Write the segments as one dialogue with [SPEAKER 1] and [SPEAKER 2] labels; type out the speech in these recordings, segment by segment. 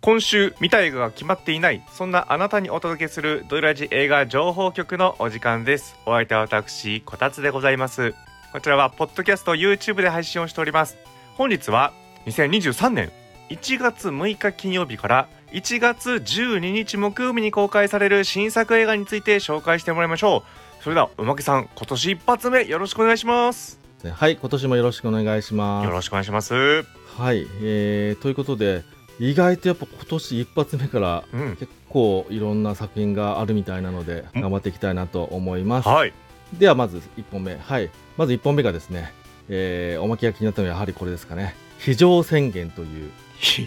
[SPEAKER 1] 今週見たい映画が決まっていないそんなあなたにお届けするドイラジ映画情報局のお時間ですお相手は私こたつでございますこちらはポッドキャスト YouTube で配信をしております本日は2023年1月6日金曜日から1月12日木曜日に公開される新作映画について紹介してもらいましょうそれではうまけさん今年一発目よろしくお願いします
[SPEAKER 2] ねはい、今年もよろしくお願いし
[SPEAKER 1] よろ
[SPEAKER 2] ま
[SPEAKER 1] しくお願いします
[SPEAKER 2] す。はい、えー、ということで、意外とやっぱ今年一発目から
[SPEAKER 1] うん
[SPEAKER 2] 結構いろんな作品があるみたいなので、
[SPEAKER 1] うん
[SPEAKER 2] 頑張っていきたいなと思います。
[SPEAKER 1] はい
[SPEAKER 2] ではまず1本目、はい、まず1本目がですね、えー、おまけが気になったのはやはりこれですかね、非常宣言という、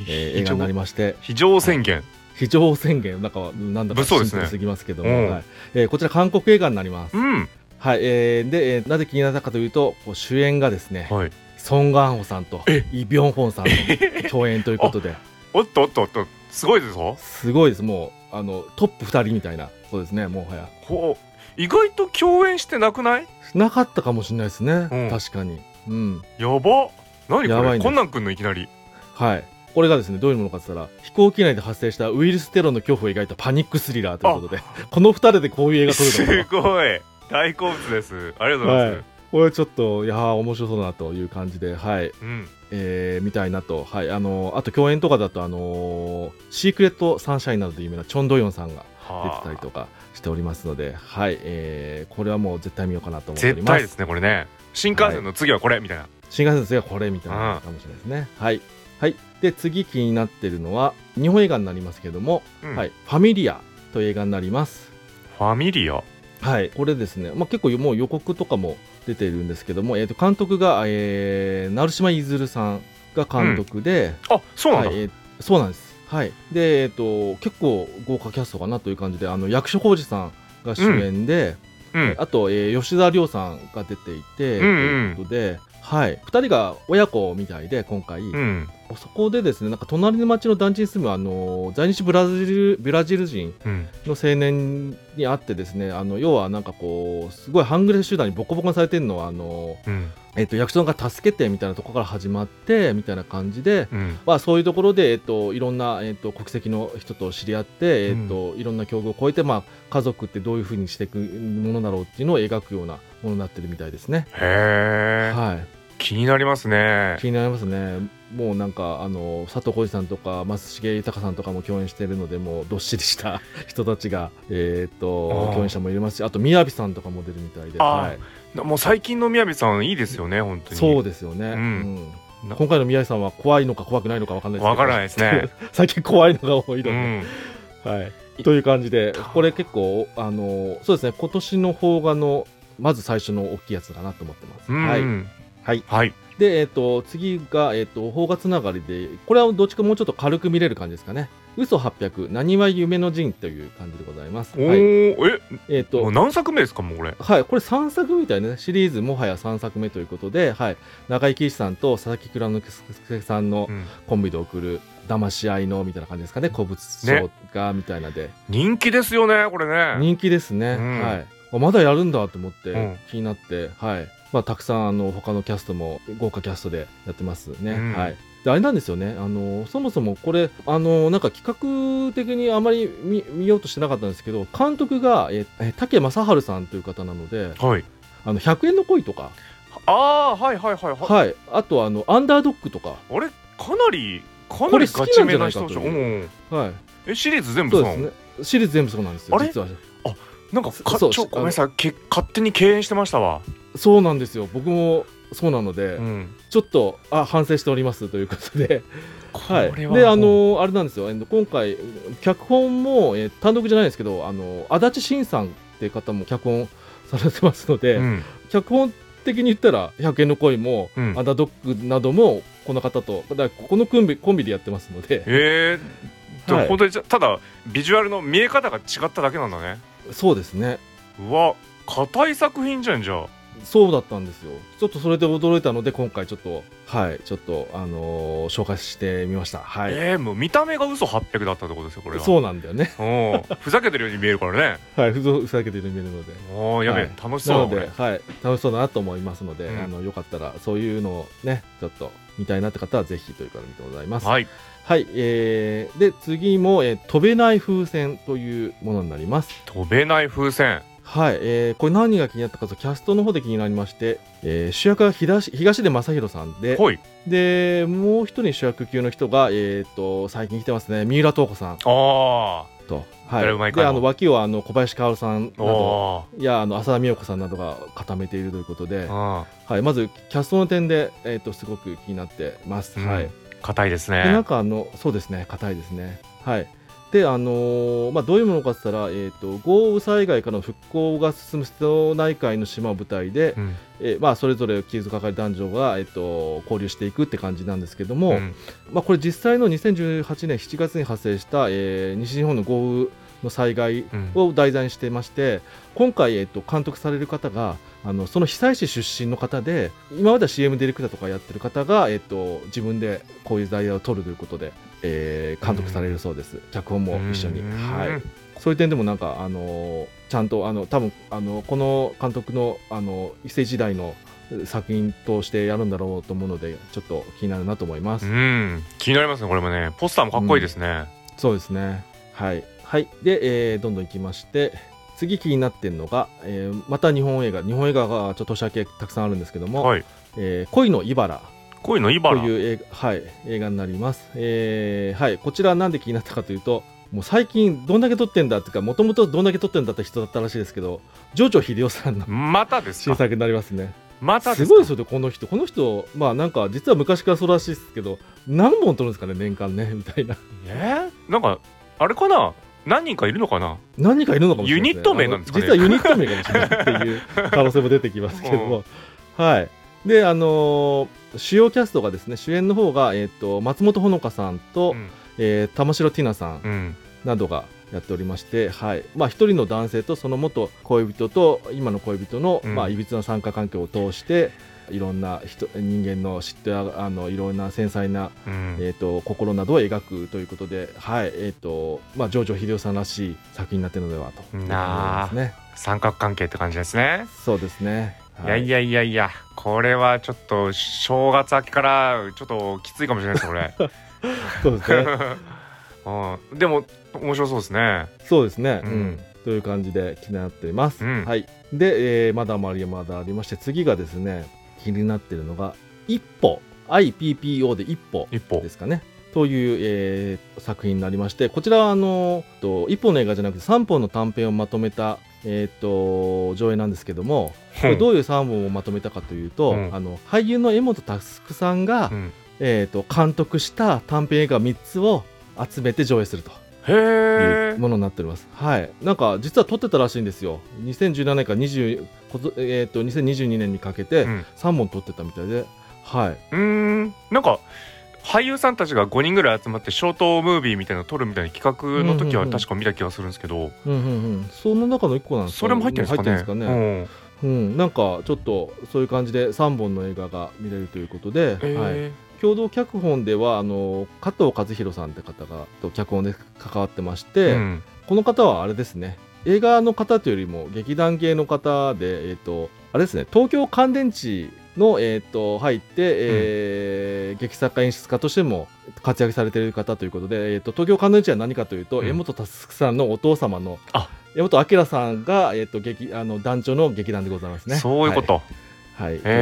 [SPEAKER 2] えー映画になりまして、
[SPEAKER 1] 非常宣言
[SPEAKER 2] 非常宣言、なんか、なんだか
[SPEAKER 1] 物騒
[SPEAKER 2] シ
[SPEAKER 1] で
[SPEAKER 2] ン
[SPEAKER 1] す
[SPEAKER 2] プ
[SPEAKER 1] ね
[SPEAKER 2] ルすぎますけど
[SPEAKER 1] うん
[SPEAKER 2] も、はいえーこちら、韓国映画になります。
[SPEAKER 1] うん
[SPEAKER 2] はいえーで、えーなぜ気になったかというと、こう主演がですね、
[SPEAKER 1] はい
[SPEAKER 2] ソン・ガンホさんと
[SPEAKER 1] え
[SPEAKER 2] イ・ビョンホンさんの共演ということで
[SPEAKER 1] おっとおっとおっとすごいですぞ
[SPEAKER 2] すごいですもうあのトップ2人みたいなそうですねもはや
[SPEAKER 1] ほう意外と共演してなくない
[SPEAKER 2] なかったかもしれないですね、
[SPEAKER 1] うん
[SPEAKER 2] 確かにうん
[SPEAKER 1] やば何
[SPEAKER 2] や
[SPEAKER 1] こ
[SPEAKER 2] ば
[SPEAKER 1] れ
[SPEAKER 2] いね
[SPEAKER 1] こんなんくんのいきなり
[SPEAKER 2] はいこれがですねどういうものかって言ったら飛行機内で発生したウイルステロの恐怖を描いたパニックスリラーという ことでこの2人でこういう映画撮る
[SPEAKER 1] す
[SPEAKER 2] のかな
[SPEAKER 1] ごい大好物ですありがとうございます、
[SPEAKER 2] はいこれちょっといやー面白そうだなという感じではい
[SPEAKER 1] うん
[SPEAKER 2] えー、みたいなとはいあのーあと共演とかだとあのーシークレットサンシャインなどで有名なチョン・ドヨンさんが出てたり
[SPEAKER 1] はあ
[SPEAKER 2] とかしておりますので、はい、えーこれはもう絶対見ようかなと思っており
[SPEAKER 1] 絶
[SPEAKER 2] ま
[SPEAKER 1] 対
[SPEAKER 2] す。
[SPEAKER 1] ですねこれね新幹線の次はこれみたいな
[SPEAKER 2] 新幹線ですがこれみたいなのかもしれないですね。はい、はい、で次気になってるのは日本映画になりますけども、
[SPEAKER 1] うん
[SPEAKER 2] はい、ファミリアという映画になります。
[SPEAKER 1] ファミリア
[SPEAKER 2] はい、これですね、まあ、結構もう予告とかも出ているんですけども、えー、と監督が、えー、成島いずるさんが監督で、
[SPEAKER 1] あそうなんだ、
[SPEAKER 2] はいえーそうなんです。はい、で、えっと、結構豪華キャストかなという感じであの役所広司さんが主演で、
[SPEAKER 1] うん
[SPEAKER 2] あと、えー吉田亮さんが出ていて、
[SPEAKER 1] うんうん
[SPEAKER 2] ということで、はい、2人が親子みたいで、今回、
[SPEAKER 1] うん
[SPEAKER 2] そこでですねなんか隣の町の団地に住む、あのー在日ブラジルブラジル人
[SPEAKER 1] うん
[SPEAKER 2] の青年に会って、ですねあの要はなんかこう、すごい半グレ集団にボコボコにされてるのはあの
[SPEAKER 1] うん
[SPEAKER 2] ーえっと役所が助けてみたいなところから始まってみたいな感じで。
[SPEAKER 1] うん
[SPEAKER 2] まあ、そういうところで、えっと、いろんな、えっと、国籍の人と知り合って、えっといろんな境遇を超えて、まあ、家族ってどういうふうにしていくものだろうっていうのを描くようなものになってるみたいですね。
[SPEAKER 1] へえ
[SPEAKER 2] は
[SPEAKER 1] 気になりますね
[SPEAKER 2] い、気になりますね。もうなんかあの佐藤浩市さんとか松重豊さんとかも共演しているのでもうどっしりした 人たちが、えっ
[SPEAKER 1] あ
[SPEAKER 2] と
[SPEAKER 1] ー
[SPEAKER 2] 共演者もいますしあと宮城さんとかも出るみたいで、
[SPEAKER 1] あー
[SPEAKER 2] はい、
[SPEAKER 1] なもう最近のみやびさんいいですよね本当に
[SPEAKER 2] そう
[SPEAKER 1] う
[SPEAKER 2] ですよね、
[SPEAKER 1] う
[SPEAKER 2] うんん
[SPEAKER 1] な
[SPEAKER 2] 今回の宮城さんは怖いのか怖くないのか分かんないですけど
[SPEAKER 1] わからないですね
[SPEAKER 2] 最近怖いのが多いの
[SPEAKER 1] う
[SPEAKER 2] で、
[SPEAKER 1] ん
[SPEAKER 2] はい、という感じで、これ結構、あのそうですね、今年の邦画の、まず最初の大きいやつかなと思ってます。
[SPEAKER 1] うん
[SPEAKER 2] は
[SPEAKER 1] う
[SPEAKER 2] い、
[SPEAKER 1] ん
[SPEAKER 2] はい、
[SPEAKER 1] はい
[SPEAKER 2] で、えっと次が、えっと邦画つながりで、これはどっちかもうちょっと軽く見れる感じですかね。嘘800、何は夢の陣という感じでございます。
[SPEAKER 1] おお、
[SPEAKER 2] はい、
[SPEAKER 1] え
[SPEAKER 2] えっ
[SPEAKER 1] もう
[SPEAKER 2] と
[SPEAKER 1] 何作目ですかもうこれ
[SPEAKER 2] はい、これ3作目みたいなね、シリーズもはや3作目ということで、はい、中井貴一さんと佐々木蔵之介さんの
[SPEAKER 1] うん
[SPEAKER 2] コンビで送る騙し合いのみたいな感じですかね、古物商がみたいなで。
[SPEAKER 1] 人気ですよねこれね
[SPEAKER 2] 人気ですね、
[SPEAKER 1] うん
[SPEAKER 2] はいあまだやるんだと思って、
[SPEAKER 1] うん
[SPEAKER 2] 気になってはいまあたくさんあの他のキャストも豪華キャストでやってますね、
[SPEAKER 1] うん
[SPEAKER 2] はいであれなんですよねあのそもそもこれあのなんか企画的にあまり見見ようとしてなかったんですけど監督がええ竹正治さんという方なので
[SPEAKER 1] はい
[SPEAKER 2] 「あの100円の恋」とか、
[SPEAKER 1] ああーはいはいはいはい
[SPEAKER 2] はい、あとあの「アンダードッグ」とか、
[SPEAKER 1] あれかなりかな
[SPEAKER 2] こ
[SPEAKER 1] り
[SPEAKER 2] れ好
[SPEAKER 1] ガ
[SPEAKER 2] きな
[SPEAKER 1] チ
[SPEAKER 2] ん
[SPEAKER 1] め
[SPEAKER 2] じゃな
[SPEAKER 1] ない
[SPEAKER 2] か
[SPEAKER 1] 人
[SPEAKER 2] と
[SPEAKER 1] でしょ、
[SPEAKER 2] いう
[SPEAKER 1] うん、
[SPEAKER 2] はい、
[SPEAKER 1] えシリーズ全部
[SPEAKER 2] そう
[SPEAKER 1] さ
[SPEAKER 2] です
[SPEAKER 1] ん、
[SPEAKER 2] ねシリーズ全部そうなんですよ
[SPEAKER 1] あれ
[SPEAKER 2] 実は
[SPEAKER 1] なんかかち
[SPEAKER 2] そ
[SPEAKER 1] ょ
[SPEAKER 2] う
[SPEAKER 1] ちょごめんなさいけ勝手に敬遠してましたわ、
[SPEAKER 2] そうなんですよ僕もそうなので、
[SPEAKER 1] うん、
[SPEAKER 2] ちょっとあ反省しておりますということで
[SPEAKER 1] こ
[SPEAKER 2] はい、
[SPEAKER 1] れは、
[SPEAKER 2] であのあれなんですよ、えっと今回、脚本も、えー単独じゃないですけど、あの足立慎さんっていう方も脚本されてますので、
[SPEAKER 1] うん
[SPEAKER 2] 脚本的に言ったら、100円の恋も、
[SPEAKER 1] うん
[SPEAKER 2] アンダードッグなども、この方と、だからここのコンビコンビでやってますので、
[SPEAKER 1] えー、でも
[SPEAKER 2] はい
[SPEAKER 1] 本当にじゃただビジュアルの見え方が違っただけなんだね
[SPEAKER 2] そうですね、
[SPEAKER 1] うわ硬い作品じゃんじゃあ
[SPEAKER 2] そうだったんですよ、ちょっとそれで驚いたので、今回、ちょっと、はい、ちょっと、あのー紹介してみました。はい、
[SPEAKER 1] えー、もう見た目が嘘800だったってことですよこれは
[SPEAKER 2] そうなんだよね。
[SPEAKER 1] うんふざけてるように見えるからね
[SPEAKER 2] はい、ふざふざけてるように見えるので。
[SPEAKER 1] おーやべえ、
[SPEAKER 2] はい
[SPEAKER 1] 楽しそう
[SPEAKER 2] な
[SPEAKER 1] だ
[SPEAKER 2] の
[SPEAKER 1] これ
[SPEAKER 2] で、はい、楽しそうだなと思いますので、
[SPEAKER 1] うん
[SPEAKER 2] あのよかったらそういうのをねちょっと見たいなって方はぜひという感じでございます。はい、
[SPEAKER 1] はい
[SPEAKER 2] えーで次も、えー飛べない風船というものになります。
[SPEAKER 1] 飛べない風船
[SPEAKER 2] はい、えーこれ何が気になったかとキャストの方で気になりまして、えー主役が東東出昌大さんで
[SPEAKER 1] ほい
[SPEAKER 2] でもう一人主役級の人が、えー、と最近来てますね三浦透子さん
[SPEAKER 1] あ
[SPEAKER 2] と、
[SPEAKER 1] 誰うま
[SPEAKER 2] はいい、
[SPEAKER 1] か
[SPEAKER 2] で
[SPEAKER 1] の
[SPEAKER 2] あの脇をあの小林薫さんな
[SPEAKER 1] あ
[SPEAKER 2] ど
[SPEAKER 1] お
[SPEAKER 2] いやあの浅田美代子さんなどが固めているということで、
[SPEAKER 1] ー
[SPEAKER 2] はい、まずキャストの点で、えー、とすごく気になってます。
[SPEAKER 1] うん
[SPEAKER 2] はい、で
[SPEAKER 1] うん硬いです
[SPEAKER 2] な
[SPEAKER 1] ね
[SPEAKER 2] んかあのそうですね硬いですね。はいであのーまあ、どういうものかって言ったら、えー、と豪雨災害からの復興が進む瀬戸内海の島を舞台で、
[SPEAKER 1] うん
[SPEAKER 2] えーまあ、それぞれ傷かかり男女が、えー、と交流していくって感じなんですけども、
[SPEAKER 1] うん
[SPEAKER 2] まあ、これ実際の2018年7月に発生した、えー西日本の豪雨の災害
[SPEAKER 1] うん
[SPEAKER 2] を題材にしていまして今回、えっと、監督される方があのその被災地出身の方で今までは CM ディレクターとかやってる方が、えっと、自分でこういう題材を取るということで、えー監督されるそうです、脚本も一緒に、
[SPEAKER 1] うん
[SPEAKER 2] はい、そういう点でもなんか、あのーちゃんとあの多分あのこの監督の、あの一世時代の作品としてやるんだろうと思うのでちょっと気になるなと思います。
[SPEAKER 1] うん気になりますねこれもねポスターもかっこいいですね、
[SPEAKER 2] そうですね。はい。はい。で、えーどんどん行きまして、次気になってるのが、えーまた日本映画。日本映画がちょっと年明けたくさんあるんですけども、
[SPEAKER 1] はい
[SPEAKER 2] えー恋の茨
[SPEAKER 1] こういうの
[SPEAKER 2] と
[SPEAKER 1] 茨
[SPEAKER 2] いう映画,、はい、映画になります。えーはい。こちらなんで気になったかというと、もう最近どんだけ撮ってんだっていうか、もともとどんだけ撮ってんだって人だったらしいですけど、上長秀夫さんの
[SPEAKER 1] またです
[SPEAKER 2] 新
[SPEAKER 1] か
[SPEAKER 2] 作になりますね。
[SPEAKER 1] またですす
[SPEAKER 2] ごい
[SPEAKER 1] か
[SPEAKER 2] ですよね、この人。この人、まあなんか実は昔からそうらしいですけど、何本撮るんですかね、年間ね、みたいな。
[SPEAKER 1] えー、なんかあれかな何人かいるのかな
[SPEAKER 2] 何かいるのかもしれない、
[SPEAKER 1] ユニット名なんですかね
[SPEAKER 2] あの実はユニット名かもしれないっていう可能性も出てきますけども、はいであのー主要キャストがですね主演の方がえっ、と松本穂香さんと、
[SPEAKER 1] うん
[SPEAKER 2] えー玉城ティナさん
[SPEAKER 1] うん
[SPEAKER 2] などがやっておりまして、はいまあ、一人の男性とその元恋人と今の恋人の、
[SPEAKER 1] うん
[SPEAKER 2] まあ、いびつな参加環境を通していろんな人人間の嫉妬やあのいろんな繊細な
[SPEAKER 1] うん
[SPEAKER 2] えー、と心などを描くということで、はいえーとまあ、ジョージョ秀夫さんらしい作品になってるのではというふうに思いますね。
[SPEAKER 1] 三角関係って感じですね、、
[SPEAKER 2] そうですね、はい
[SPEAKER 1] やいやいやいやこれはちょっと正月明けからちょっときついかもしれないですこ れ、
[SPEAKER 2] そうです ね
[SPEAKER 1] うん、でも面白そうですね
[SPEAKER 2] そうですね、
[SPEAKER 1] う
[SPEAKER 2] うんんという感じで気になっています。
[SPEAKER 1] うん
[SPEAKER 2] はい、で、えーまだまだまだありまして次がですね気になってるのが「一歩 IPPO で一歩」
[SPEAKER 1] 一歩
[SPEAKER 2] ですかね。という、えー作品になりましてこちらはあのと1本の映画じゃなくて3本の短編をまとめた、えー、と上映なんですけどもこれどういう3本をまとめたかというと、
[SPEAKER 1] うん
[SPEAKER 2] あの俳優の江本佑さんが、
[SPEAKER 1] うん
[SPEAKER 2] えー、と監督した短編映画3つを集めて上映すると
[SPEAKER 1] へえ
[SPEAKER 2] いうものになっております。はい、なんか実は撮ってたらしいんですよ。2017年から20こと、えー、と2022年にかけて
[SPEAKER 1] うん
[SPEAKER 2] 3本撮ってたみたいで、はい、
[SPEAKER 1] うーんなんか俳優さんたちが5人ぐらい集まってショートムービーみたいなの撮るみたいな企画の時
[SPEAKER 2] う
[SPEAKER 1] は
[SPEAKER 2] んうんうん
[SPEAKER 1] 確か見た気がするんですけど、
[SPEAKER 2] うんうんうん、その中の1個なんですか
[SPEAKER 1] それも入ってるんですかね
[SPEAKER 2] 入ってるんですかねうん、なんかちょっとそういう感じで3本の映画が見れるということで、
[SPEAKER 1] うん
[SPEAKER 2] はい、
[SPEAKER 1] へ
[SPEAKER 2] 共同脚本ではあの加藤和弘さんって方がと脚本で関わってまし
[SPEAKER 1] え
[SPEAKER 2] て、
[SPEAKER 1] うん
[SPEAKER 2] この方はあれですね映画の方というよりも劇団系の方で、えー、とあれですね東京乾電池の、えー、と入って、えー劇作家演出家としても活躍されている方ということで、えー、と東京乾電池は何かというと、
[SPEAKER 1] うん
[SPEAKER 2] 江本佑さんのお父様の
[SPEAKER 1] あ
[SPEAKER 2] 江本明さんが、えー、と劇あの団長の劇団でございますね。
[SPEAKER 1] そういうこ
[SPEAKER 2] は
[SPEAKER 1] と、
[SPEAKER 2] はい、ということ
[SPEAKER 1] へ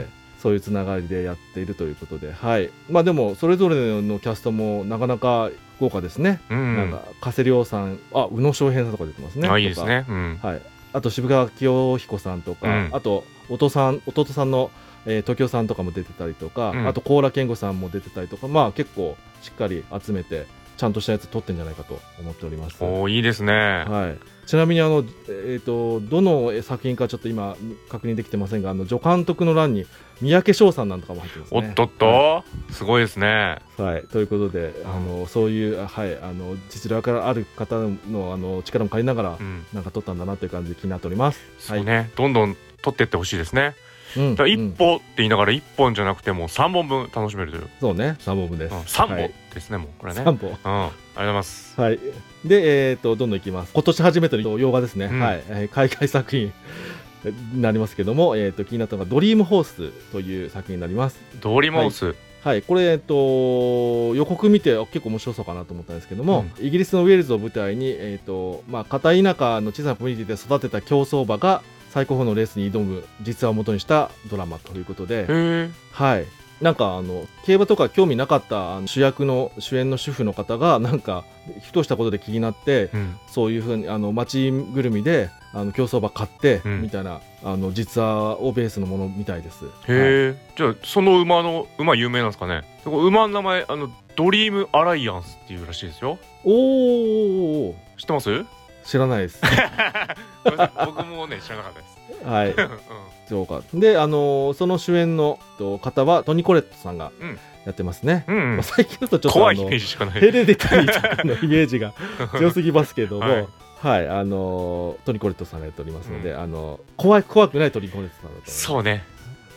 [SPEAKER 2] でそういうつながりでやっているということで、はいまあ、でもそれぞれのキャストもなかなか豪華ですね、
[SPEAKER 1] うん
[SPEAKER 2] なんか加瀬亮さんあ宇野昌平さんとか出てますね
[SPEAKER 1] あいいですねうん
[SPEAKER 2] とかはい、あと渋川清彦さんとか、
[SPEAKER 1] うん
[SPEAKER 2] あとお父さん弟さんの、えー、時生さんとかも出てたりとか、
[SPEAKER 1] うん
[SPEAKER 2] あと高良健吾さんも出てたりとかまあ結構しっかり集めてちゃんとしたやつ撮ってんじゃないかと思っております。
[SPEAKER 1] おーいいですね、
[SPEAKER 2] はい、ちなみにあの、えー、とどの作品かちょっと今確認できてませんがあの助監督の欄に三宅翔さんなんとかも入ってます
[SPEAKER 1] お
[SPEAKER 2] ね。
[SPEAKER 1] っとっと、すごいですね。
[SPEAKER 2] はい、ということであのそういう、あはい、あの実力からある方のあの力も借りながら
[SPEAKER 1] うん、
[SPEAKER 2] なんか撮ったんだなという感じで気になっております。
[SPEAKER 1] そうね、どんどん取ってってほしいですね。
[SPEAKER 2] うん
[SPEAKER 1] だから一
[SPEAKER 2] うん
[SPEAKER 1] 歩って言いながら一本じゃなくてもう三本分楽しめるという。
[SPEAKER 2] そうね3本分
[SPEAKER 1] う
[SPEAKER 2] で
[SPEAKER 1] ん
[SPEAKER 2] す。
[SPEAKER 1] 三
[SPEAKER 2] は
[SPEAKER 1] 本
[SPEAKER 2] い
[SPEAKER 1] ですね、もうこれね。うん、あ
[SPEAKER 2] 三本
[SPEAKER 1] りがとうございます。
[SPEAKER 2] はい、で、えー、とどんどんいきます今年初めての洋画ですね、
[SPEAKER 1] うん
[SPEAKER 2] はいえー海外作品になりますけども、えー、と気になったのが「ドリームホース」という作品になります。
[SPEAKER 1] ドリームハウス、
[SPEAKER 2] はいはい、これ、えっと、予告見てあ結構面白そうかなと思ったんですけども、イギリスのウェールズを舞台に、えっとまあ、片田舎の小さなコミュニティで育てた競走馬が最高峰のレースに挑む実話を元にしたドラマということで、
[SPEAKER 1] へ
[SPEAKER 2] はい、なんかあの競馬とか興味なかったあの主役の主演の主婦の方がなんかふとしたことで気になっ
[SPEAKER 1] え、
[SPEAKER 2] て
[SPEAKER 1] うん、
[SPEAKER 2] そういうふうにあの町ぐるみであの競走馬買って、
[SPEAKER 1] うん
[SPEAKER 2] みたいなあの実話をベースのものみたいです。はい
[SPEAKER 1] へえ、じゃあその馬の馬有名なんですかねでこれ馬の名前あのドリームアライアンスっていうらしいですよ
[SPEAKER 2] おーおーおーおー
[SPEAKER 1] 知ってますごめん
[SPEAKER 2] 知らないです。
[SPEAKER 1] なさい僕もね知らなかったです、
[SPEAKER 2] はい、
[SPEAKER 1] う ん
[SPEAKER 2] そうか。で、あのーその主演のと方はトニー・コレットさんが
[SPEAKER 1] うん
[SPEAKER 2] やってますね。
[SPEAKER 1] うんう
[SPEAKER 2] ま
[SPEAKER 1] ん
[SPEAKER 2] あ、最近だとちょっと
[SPEAKER 1] 怖
[SPEAKER 2] あ
[SPEAKER 1] いイ
[SPEAKER 2] の
[SPEAKER 1] メージしかない
[SPEAKER 2] ヘレディタリーとかのイメージが 強すぎますけども、
[SPEAKER 1] は
[SPEAKER 2] はいい、あのートニコレットさんがやっておりますので、あの怖い怖くないトニコレットさんだと思います。
[SPEAKER 1] そうね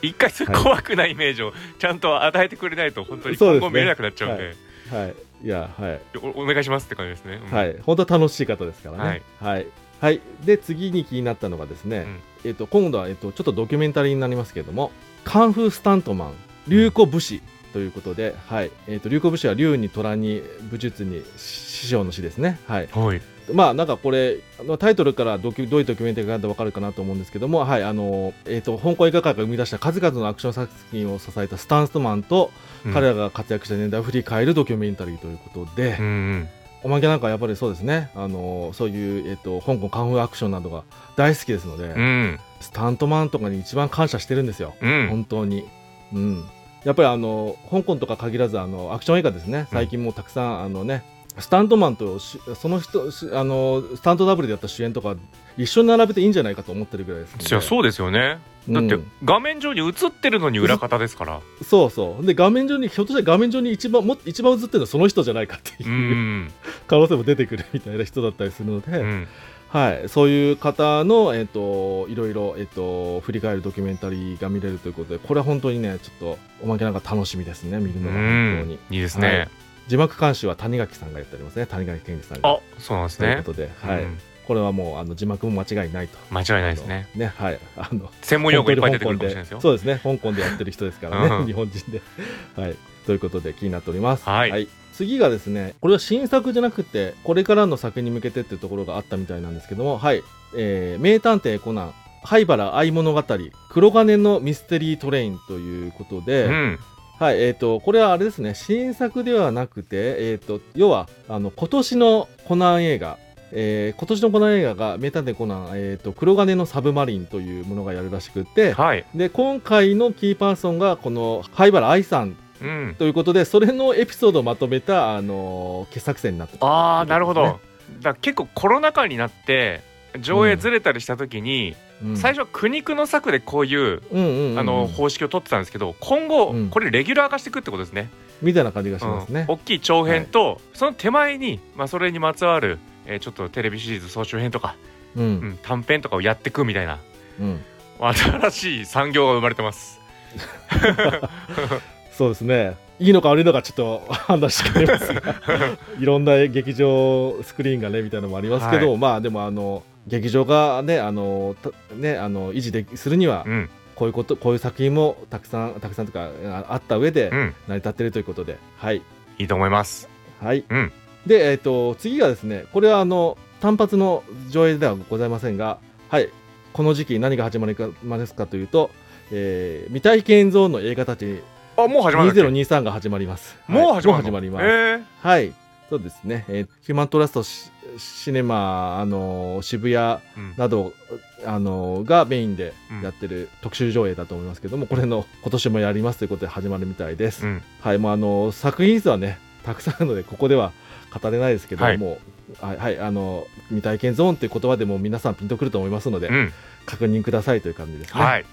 [SPEAKER 1] 一回そういう
[SPEAKER 2] はい
[SPEAKER 1] 怖くないイメージをちゃんと与えてくれないと本当に
[SPEAKER 2] そう
[SPEAKER 1] 今
[SPEAKER 2] ですね
[SPEAKER 1] 後見れなくなっちゃうんで
[SPEAKER 2] はいはい、いや、はい、
[SPEAKER 1] おお願いしますって感じですね、うん
[SPEAKER 2] はい、本当は楽しい方ですからね。はい、はい、で、次に気になったのがですね、えっと、今度は、えっと、ちょっとドキュメンタリーになりますけれども。カンフースタントマン、流行武士ということで、はい、えっと、流行武士は竜に虎に武術に師匠の師ですね。はい。
[SPEAKER 1] はい
[SPEAKER 2] まあなんかこれあのタイトルからドキュどういうドキュメンタリーかってわかるかなと思うんですけども、はいあのえー、と香港映画界が生み出した数々のアクション作品を支えたスタンスマンと、
[SPEAKER 1] うん
[SPEAKER 2] 彼らが活躍した年代を振り返るドキュメンタリーということで、
[SPEAKER 1] うんうん
[SPEAKER 2] おまけなんかやっぱりそうですねあのそういう、えー、と香港カンフーアクションなどが大好きですので、
[SPEAKER 1] うん
[SPEAKER 2] スタントマンとかに一番感謝してるんですよ、
[SPEAKER 1] うん
[SPEAKER 2] 本当に。うんやっぱりあの香港とか限らずあのアクション映画ですね最近もうたくさんあのねスタントマンとしその人しあのスタントダブルでやった主演とか一緒に並べていいんじゃないかと思ってるぐらいですので
[SPEAKER 1] じゃあそうですよねだって
[SPEAKER 2] うん
[SPEAKER 1] 画面上に映ってるのに裏方ですから
[SPEAKER 2] そうそうで画面上にひょっとしたら画面上に一番も一番映ってるのはその人じゃないかっていうう、
[SPEAKER 1] ん
[SPEAKER 2] 可能性も出てくるみたいな人だったりするので、
[SPEAKER 1] うんうん
[SPEAKER 2] はい、そういう方の、えっといろいろ、えっと振り返るドキュメンタリーが見れるということでこれは本当にねちょっとおまけなんか楽しみですね見る
[SPEAKER 1] う
[SPEAKER 2] のが本当に
[SPEAKER 1] ん。いいですね
[SPEAKER 2] 字幕監修は谷垣さんがやっておりますね谷垣健二さんが
[SPEAKER 1] あそうなんです
[SPEAKER 2] という
[SPEAKER 1] ね、
[SPEAKER 2] ことで、はいう
[SPEAKER 1] ん
[SPEAKER 2] これはもうあの字幕も間違いないと
[SPEAKER 1] 間違いないですね
[SPEAKER 2] あのねはいあの
[SPEAKER 1] 専門用語いっぱい出てく
[SPEAKER 2] 香
[SPEAKER 1] るか
[SPEAKER 2] 港
[SPEAKER 1] もしれないで
[SPEAKER 2] で
[SPEAKER 1] すよ
[SPEAKER 2] そうですね香港でやってる人ですからね、
[SPEAKER 1] うん
[SPEAKER 2] 日本人ではいということで気になっております
[SPEAKER 1] はい
[SPEAKER 2] 次がですねこれは新作じゃなくてこれからの作に向けてっていうところがあったみたいなんですけどもはい、えー名探偵コナン灰原愛物語黒金のミステリートレインということで、
[SPEAKER 1] うん
[SPEAKER 2] はい、えっ、と、これはあれですね、新作ではなくて、えっ、と、要は、あの、今年のコナン映画、えー今年のコナン映画が、名探偵コナン、えっ、と、黒金のサブマリンというものがやるらしくて、
[SPEAKER 1] はい
[SPEAKER 2] で、今回のキーパーソンが、この、灰原愛さん
[SPEAKER 1] うん
[SPEAKER 2] ということで、それのエピソードをまとめた、あのー傑作選になって
[SPEAKER 1] ああなるほ
[SPEAKER 2] ね
[SPEAKER 1] どだから結構コロナ禍になって上映ずれたりした時に
[SPEAKER 2] うん
[SPEAKER 1] 最初は苦肉の策でこういう
[SPEAKER 2] うんうんうん、
[SPEAKER 1] あの方式を取ってたんですけど今後
[SPEAKER 2] うん
[SPEAKER 1] これレギュラー化していくってことですね。
[SPEAKER 2] みたいな感じがします
[SPEAKER 1] うん
[SPEAKER 2] ね。
[SPEAKER 1] 大きい長編とその手前にまあそれにまつわるえーちょっとテレビシリーズ総集編とか
[SPEAKER 2] うん、う、
[SPEAKER 1] うんん短編とかをやっていくみたいな
[SPEAKER 2] うん。
[SPEAKER 1] 新しい産業が生まれてます。
[SPEAKER 2] そうですね。いいのか悪いのかちょっと判断してく れますが、いろんな劇場スクリーンがねみたいなのもありますけど、
[SPEAKER 1] は
[SPEAKER 2] まあでもあの劇場がねあのたねあの維持でするには
[SPEAKER 1] うん
[SPEAKER 2] こういうことこういう作品もたくさんたくさんとかああった上で
[SPEAKER 1] うん
[SPEAKER 2] 成り立ってるということで、はい
[SPEAKER 1] いいと思います。
[SPEAKER 2] はい。
[SPEAKER 1] うん
[SPEAKER 2] でえっ、と次がですねこれはあの単発の上映ではございませんが、はいこの時期何が始まるかですかというと、えー未体験ゾーンの映画たち
[SPEAKER 1] あもう始まるんだっけ
[SPEAKER 2] 2023が始まります。
[SPEAKER 1] もう始ま
[SPEAKER 2] はい
[SPEAKER 1] るの
[SPEAKER 2] ります。
[SPEAKER 1] えー
[SPEAKER 2] はい。そうですね。えーヒューマントラストシシネマ、あのー渋谷
[SPEAKER 1] うん
[SPEAKER 2] など、あのーがメインでやってる特集上映だと思いますけども、これの今年もやりますということで始まるみたいです。
[SPEAKER 1] うん
[SPEAKER 2] はい。もうあのー作品数はね、たくさんあるので、ここでは語れないですけど
[SPEAKER 1] はい
[SPEAKER 2] も、はい、はい、あのー未体験ゾーンっていう言葉でも皆さんピンとくると思いますので、
[SPEAKER 1] うん
[SPEAKER 2] 確認くださいという感じですね。
[SPEAKER 1] はい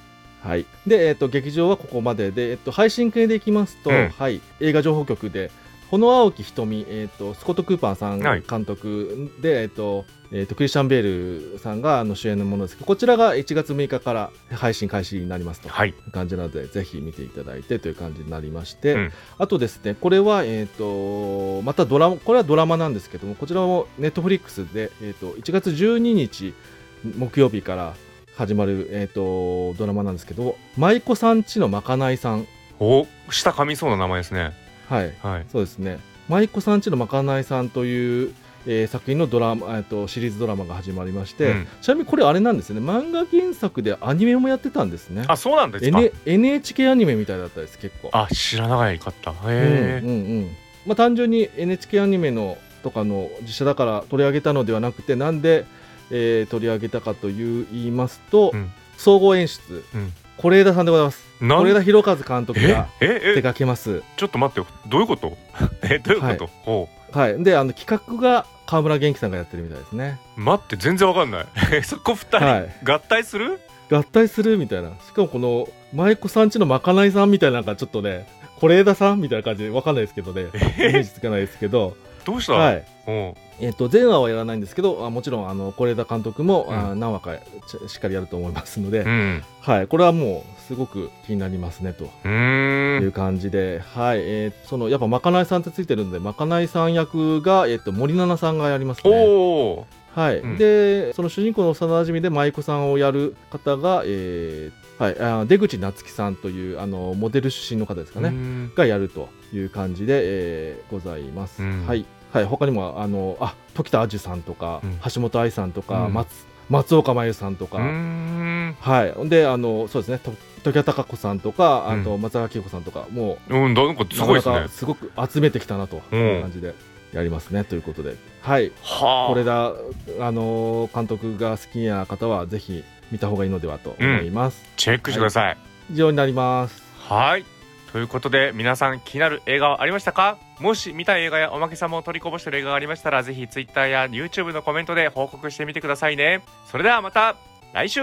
[SPEAKER 2] はい、で、えっと劇場はここまでで、えっと配信系でいきますと、
[SPEAKER 1] うん
[SPEAKER 2] はい、映画情報局で「ほの青き瞳」えっとスコット・クーパーさん
[SPEAKER 1] はい
[SPEAKER 2] 監督で、えっとえっとクリスチャン・ベールさんがあの主演のものですけどこちらが1月6日から配信開始になりますと
[SPEAKER 1] はい
[SPEAKER 2] いう感じなのでぜひ見ていただいてという感じになりまして、
[SPEAKER 1] うん
[SPEAKER 2] あとですねこれは、えっとまたドラマこれはドラマなんですけどもこちらもネットフリックスで、えっと1月12日木曜日から始まる、えー、とドラマなんですけど「舞妓さんちのまかないさん」
[SPEAKER 1] お舌噛みそうな名前ですね
[SPEAKER 2] はい
[SPEAKER 1] はい
[SPEAKER 2] そうですね舞妓さんちのまかないさんという、えー作品のドラマ、えっとシリーズドラマが始まりまして、
[SPEAKER 1] うん
[SPEAKER 2] ちなみにこれあれなんですね漫画原作でアニメもやってたんですね
[SPEAKER 1] あそうなんですか、
[SPEAKER 2] N NHK アニメみたいだったです結構
[SPEAKER 1] あ知らないかったへえ、
[SPEAKER 2] うんうんうんまあ、単純に NHK アニメのとかの実写だから取り上げたのではなくてなんで、えー取り上げたかという言いますと、
[SPEAKER 1] うん
[SPEAKER 2] 総合演出
[SPEAKER 1] うん
[SPEAKER 2] 是枝さんでございます
[SPEAKER 1] なん
[SPEAKER 2] 是枝裕和監督
[SPEAKER 1] え
[SPEAKER 2] が
[SPEAKER 1] え
[SPEAKER 2] 手
[SPEAKER 1] え
[SPEAKER 2] 掛けます、
[SPEAKER 1] ちょっと待ってよどういうこと えどういうこと、ほ
[SPEAKER 2] はい、であの企画が川村元気さんがやってるみたいですね、
[SPEAKER 1] う待って全然わかんない えそこ二人、
[SPEAKER 2] はい、
[SPEAKER 1] 合体する
[SPEAKER 2] 合体するみたいなしかもこの舞妓さんちのまかないさんみたいななんかちょっとね是枝さんみたいな感じでわかんないですけどねイメージつかないですけ ど、
[SPEAKER 1] どうした、
[SPEAKER 2] はい、
[SPEAKER 1] ほ
[SPEAKER 2] えっと前話はやらないんですけどあもちろんあの是枝監督も、あ
[SPEAKER 1] う
[SPEAKER 2] 何話かちしっかりやると思いますので、
[SPEAKER 1] ううん
[SPEAKER 2] はい、これはもうすごく気になりますねと
[SPEAKER 1] う
[SPEAKER 2] い
[SPEAKER 1] ー
[SPEAKER 2] うん感じで、はいえーそのやっぱまかないさんってついてるのでまかないさん役が、えっと森七菜さんがやります
[SPEAKER 1] お
[SPEAKER 2] ね。
[SPEAKER 1] お
[SPEAKER 2] はい
[SPEAKER 1] うん
[SPEAKER 2] でその主人公の幼馴染で舞妓さんをやる方が、えーはい、あ出口夏樹さんというあのモデル出身の方ですかね。
[SPEAKER 1] ね
[SPEAKER 2] がやるという感じで、えーございます。
[SPEAKER 1] うん
[SPEAKER 2] はい、はい、他にもあのあ時田あじゅさんとか、
[SPEAKER 1] うん
[SPEAKER 2] 橋本愛さんとか、
[SPEAKER 1] うん
[SPEAKER 2] 松松岡真優さんとか、
[SPEAKER 1] うーん
[SPEAKER 2] はい、ほんであのそうですねと時田孝子さんとかあと
[SPEAKER 1] う
[SPEAKER 2] 松坂慶子さんとかも
[SPEAKER 1] うんなんか
[SPEAKER 2] う
[SPEAKER 1] すごいです
[SPEAKER 2] なか
[SPEAKER 1] ね
[SPEAKER 2] なかすごく集めてきたなと
[SPEAKER 1] うん
[SPEAKER 2] いう感じで。やりますねということで、はい、
[SPEAKER 1] はあ
[SPEAKER 2] これだ、あの監督が好きな方はぜひ見た方がいいのではと思います。
[SPEAKER 1] チェックしてください
[SPEAKER 2] 以上になります。
[SPEAKER 1] はい。ということで皆さん気になる映画はありましたかもし見た映画やおまけさまを取りこぼしてる映画がありましたらぜひ Twitter や YouTube のコメントで報告してみてくださいね。それではまた来週